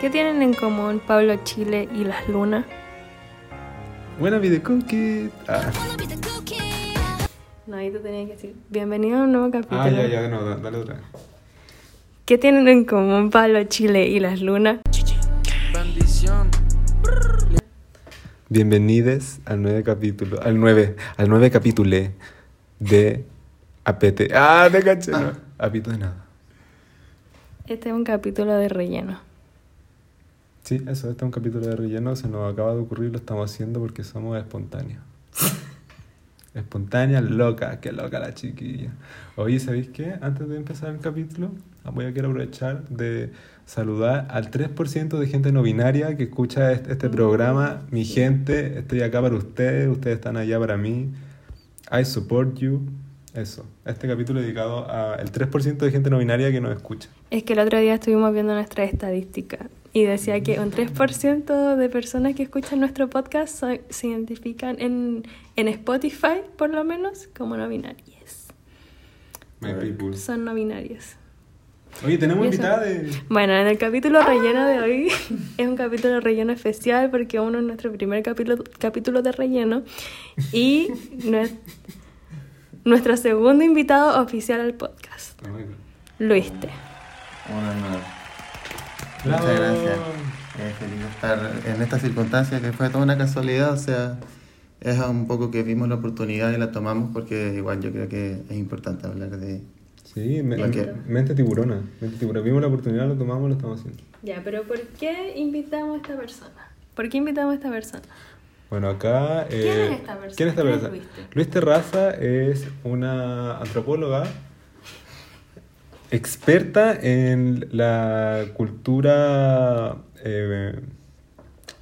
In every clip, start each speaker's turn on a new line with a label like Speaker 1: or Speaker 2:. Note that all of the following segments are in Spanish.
Speaker 1: ¿Qué tienen en común Pablo Chile y las lunas?
Speaker 2: Buena vida cookie. Ah,
Speaker 1: No, ahí te tenía que decir, bienvenido a un nuevo capítulo.
Speaker 2: ah ya, ya, no, da- dale otra.
Speaker 1: ¿Qué tienen en común Pablo Chile y las lunas?
Speaker 2: Bienvenides al nueve capítulo, al nueve, al nueve capítulo de Apete. Ah, te caché, no. Apito de nada.
Speaker 1: Este es un capítulo de relleno.
Speaker 2: Sí, eso, este es un capítulo de relleno, se nos acaba de ocurrir, lo estamos haciendo porque somos espontáneos. Espontáneas, loca, qué loca la chiquilla. Oye, ¿sabéis qué? Antes de empezar el capítulo, voy a querer aprovechar de saludar al 3% de gente no binaria que escucha este, este programa. Mi gente, estoy acá para ustedes, ustedes están allá para mí. I support you. Eso, este capítulo dedicado al 3% de gente no binaria que nos escucha.
Speaker 1: Es que el otro día estuvimos viendo nuestra estadística y decía que un 3% de personas que escuchan nuestro podcast so- se identifican en, en Spotify, por lo menos, como no binarias.
Speaker 2: My people.
Speaker 1: Son no binarias.
Speaker 2: Oye, tenemos
Speaker 1: Y eso-
Speaker 2: invitada de...
Speaker 1: Bueno, en el capítulo relleno de hoy es un capítulo relleno especial porque uno es nuestro primer capítulo, capítulo de relleno y nue- nuestro segundo invitado oficial al podcast, Luiste.
Speaker 3: Un honor.
Speaker 2: Bravo.
Speaker 3: Muchas gracias. Es feliz de estar en estas circunstancias que fue toda una casualidad, o sea, es un poco que vimos la oportunidad y la tomamos porque igual yo creo que es importante hablar de...
Speaker 2: Sí, me-
Speaker 3: Ok.
Speaker 2: me- mente tiburona. Mente tiburona. Vimos la oportunidad, lo tomamos, lo estamos haciendo.
Speaker 1: Ya, pero ¿por qué invitamos a esta persona? ¿Por qué invitamos a esta persona?
Speaker 2: Bueno, acá...
Speaker 1: ¿Quién es
Speaker 2: eh,
Speaker 1: esta persona?
Speaker 2: ¿Quién es esta
Speaker 1: ¿Quién es
Speaker 2: persona?
Speaker 1: Luis Terraza?
Speaker 2: Luis Terraza es una antropóloga experta en la cultura... eh,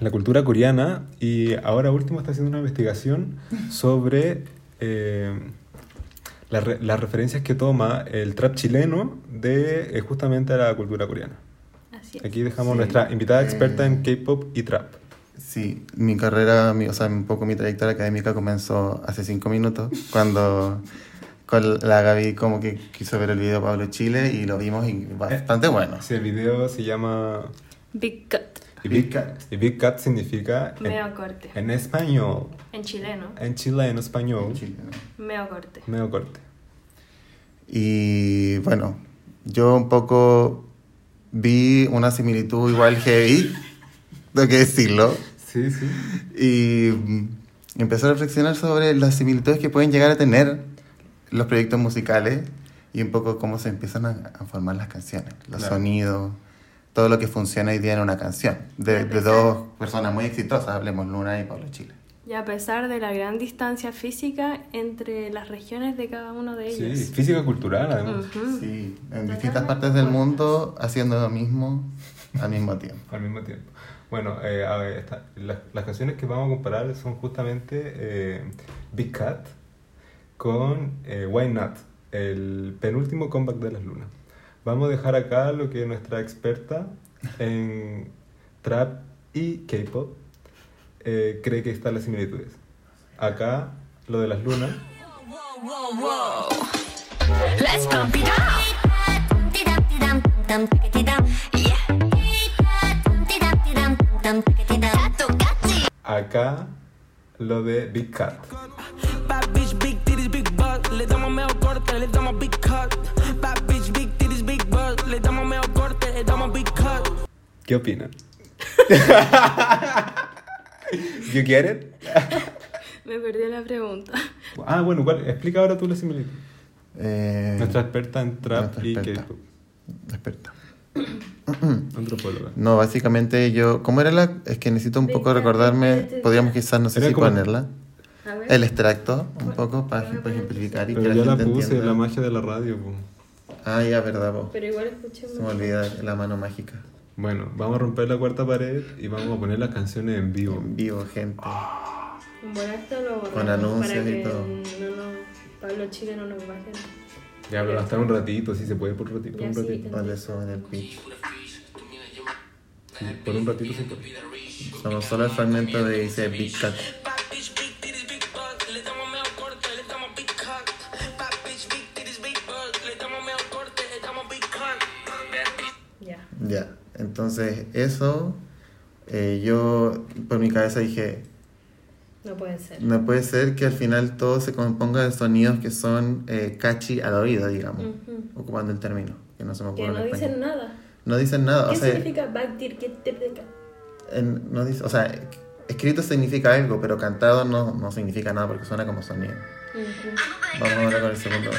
Speaker 2: la cultura coreana y ahora último está haciendo una investigación sobre eh, la re- las referencias que toma el trap chileno de eh, justamente a la cultura coreana.
Speaker 1: Así es.
Speaker 2: Aquí dejamos
Speaker 3: Sí.
Speaker 2: nuestra invitada experta
Speaker 3: Eh.
Speaker 2: en K-pop y trap.
Speaker 3: Sí, mi carrera, mi- o sea, un poco mi trayectoria académica comenzó hace cinco minutos, cuando con la Gaby como que quiso ver el video de Pablo Chile y lo vimos y bastante bueno.
Speaker 2: Sí, el video se llama.
Speaker 1: Big Cut. Eh,
Speaker 2: Y
Speaker 3: Big
Speaker 2: Big
Speaker 3: Cat.
Speaker 2: y Big Cat significa. En,
Speaker 1: Meo corte.
Speaker 2: en español.
Speaker 1: En chileno.
Speaker 2: En chileno, español.
Speaker 3: Chile, ¿no?
Speaker 1: Meo corte.
Speaker 2: Medio corte.
Speaker 3: Y bueno, yo un poco vi una similitud igual heavy, tengo que decirlo,
Speaker 2: Sí, sí.
Speaker 3: y mm, empecé a reflexionar sobre las similitudes que pueden llegar a tener los proyectos musicales y un poco cómo se empiezan a, a formar las canciones, los
Speaker 2: Claro.
Speaker 3: sonidos, todo lo que funciona hoy día en una canción, de, de dos personas muy exitosas, hablemos Luna y Pablo Chile.
Speaker 1: Y a pesar de la gran distancia física entre las regiones de cada uno de
Speaker 2: Sí,
Speaker 1: ellos.
Speaker 2: física cultural además.
Speaker 1: Ujú.
Speaker 3: Sí,
Speaker 1: Mm,
Speaker 3: en
Speaker 1: Totalmente
Speaker 3: distintas partes del
Speaker 1: opuestas.
Speaker 3: mundo haciendo lo mismo al mismo tiempo.
Speaker 2: Al mismo tiempo. Bueno, eh, a ver, esta- las, las canciones que vamos a comparar son justamente eh, Big Cat con eh, Why Not, el penúltimo comeback de las lunas. Vamos a dejar acá lo que nuestra experta en trap y K-pop eh, cree que están las similitudes. Acá lo de las lunas.
Speaker 4: Let's pump it up.
Speaker 2: Acá lo de Big Cat.
Speaker 5: Bad bitch, big titties, big butt. Le damos medio corte, le damos big cut. Bad bitch, big titties, big butt. Le damos medio corte, le damos big cut.
Speaker 2: ¿Qué opinan? ¿You get it?
Speaker 1: Me perdí la pregunta.
Speaker 2: Ah, bueno, ¿cuál? explica ahora tú la similitud.
Speaker 3: Eh,
Speaker 2: Nuestra experta en trap
Speaker 3: nuestra
Speaker 2: y
Speaker 3: experta.
Speaker 2: K-pop.
Speaker 3: experta.
Speaker 2: Antropóloga.
Speaker 3: No, básicamente yo. ¿Cómo era la.? Es que necesito un poco recordarme. Podríamos quizás, no sé
Speaker 2: Era
Speaker 3: si
Speaker 2: como-
Speaker 3: ponerla.
Speaker 1: A ver.
Speaker 3: El extracto, un poco, para, para ejemplificar y que
Speaker 2: Pero ya la
Speaker 3: gente
Speaker 2: puse,
Speaker 3: entienda.
Speaker 2: la magia de la radio. po.
Speaker 3: Ah, ya, verdad, vos.
Speaker 1: Pero igual escuché
Speaker 3: Se me olvida la mano mágica.
Speaker 2: Bueno, vamos a romper la cuarta pared y vamos a poner las canciones en vivo.
Speaker 3: En vivo, gente.
Speaker 1: Bueno, esto lo borramos
Speaker 3: Con anuncios
Speaker 1: para
Speaker 3: y
Speaker 1: que
Speaker 3: todo.
Speaker 1: No nos, Pablo Chile no nos baje.
Speaker 2: Ya, pero hasta un ratito, si se puede por un ratito.
Speaker 1: Ya,
Speaker 2: un
Speaker 1: sí.
Speaker 2: ratito.
Speaker 3: Vale, suben el pitch.
Speaker 2: Sí, Por un ratito se puede.
Speaker 3: Somos solo el fragmento de dice Big Cat.
Speaker 5: Bad bitch, big titties, big butt. Le damos medio corte, le damos big cut. Bad bitch, big titties, big butt. Le damos medio corte, le damos big cut.
Speaker 1: Ya.
Speaker 3: Ya, Entonces, eso, eh, yo por mi cabeza dije,
Speaker 6: No puede ser.
Speaker 3: no puede ser que al final todo se componga de sonidos que son eh, catchy al oído, digamos,
Speaker 6: Ujú.
Speaker 3: ocupando el término, que no se me
Speaker 6: Que
Speaker 3: ocurre
Speaker 6: no
Speaker 3: en español.
Speaker 6: dicen nada.
Speaker 3: No dicen nada,
Speaker 6: ¿Qué
Speaker 3: o sea,
Speaker 6: significa Bagdir? ¿Qué te deca?
Speaker 3: en- no dice, o sea, escrito significa algo, pero cantado no, no significa nada porque suena como sonido. Vamos ahora con el segundo.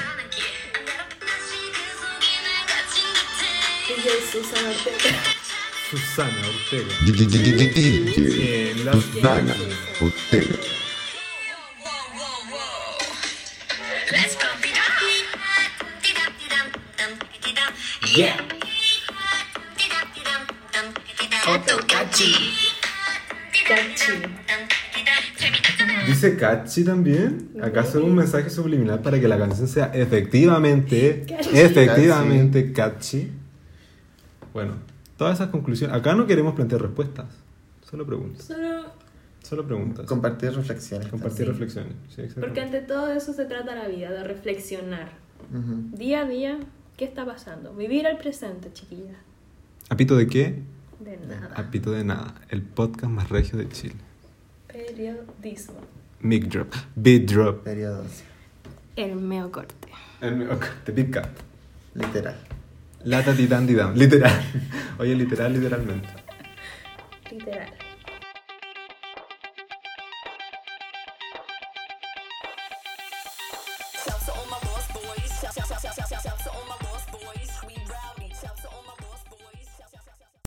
Speaker 6: Y yo, Susana Ortega.
Speaker 2: Susana Ortega.
Speaker 7: DJ
Speaker 2: Eh, la-
Speaker 7: Susana Ortega.
Speaker 4: Let's pump it up.
Speaker 2: Yeah.
Speaker 6: Cachi.
Speaker 2: Dice Cachi también. ¿Acaso es un mensaje subliminal para que la canción sea efectivamente, efectivamente catchy? Bueno, todas esas conclusiones. Acá no queremos plantear respuestas. Solo preguntas.
Speaker 6: Solo
Speaker 2: Solo preguntas.
Speaker 3: Compartir reflexiones.
Speaker 2: Compartir reflexiones. Sí,
Speaker 6: porque
Speaker 2: exactamente.
Speaker 6: ante todo eso se trata la vida, de reflexionar.
Speaker 3: Ujú.
Speaker 6: Día a día, ¿qué está pasando? Vivir el presente, chiquilla.
Speaker 2: ¿Apito de qué?
Speaker 6: De nada.
Speaker 2: Apito de nada. El podcast más regio de Chile.
Speaker 6: Periodismo.
Speaker 2: Mic drop. Beat drop.
Speaker 3: Periodos.
Speaker 1: El meo corte.
Speaker 2: El mío, ok, The Big Cat.
Speaker 3: Literal.
Speaker 2: Lata titán titán. Literal. Oye, literal, literalmente.
Speaker 6: Literal.
Speaker 4: Shout out to all my boss boys. Shout, shout, shout, shout,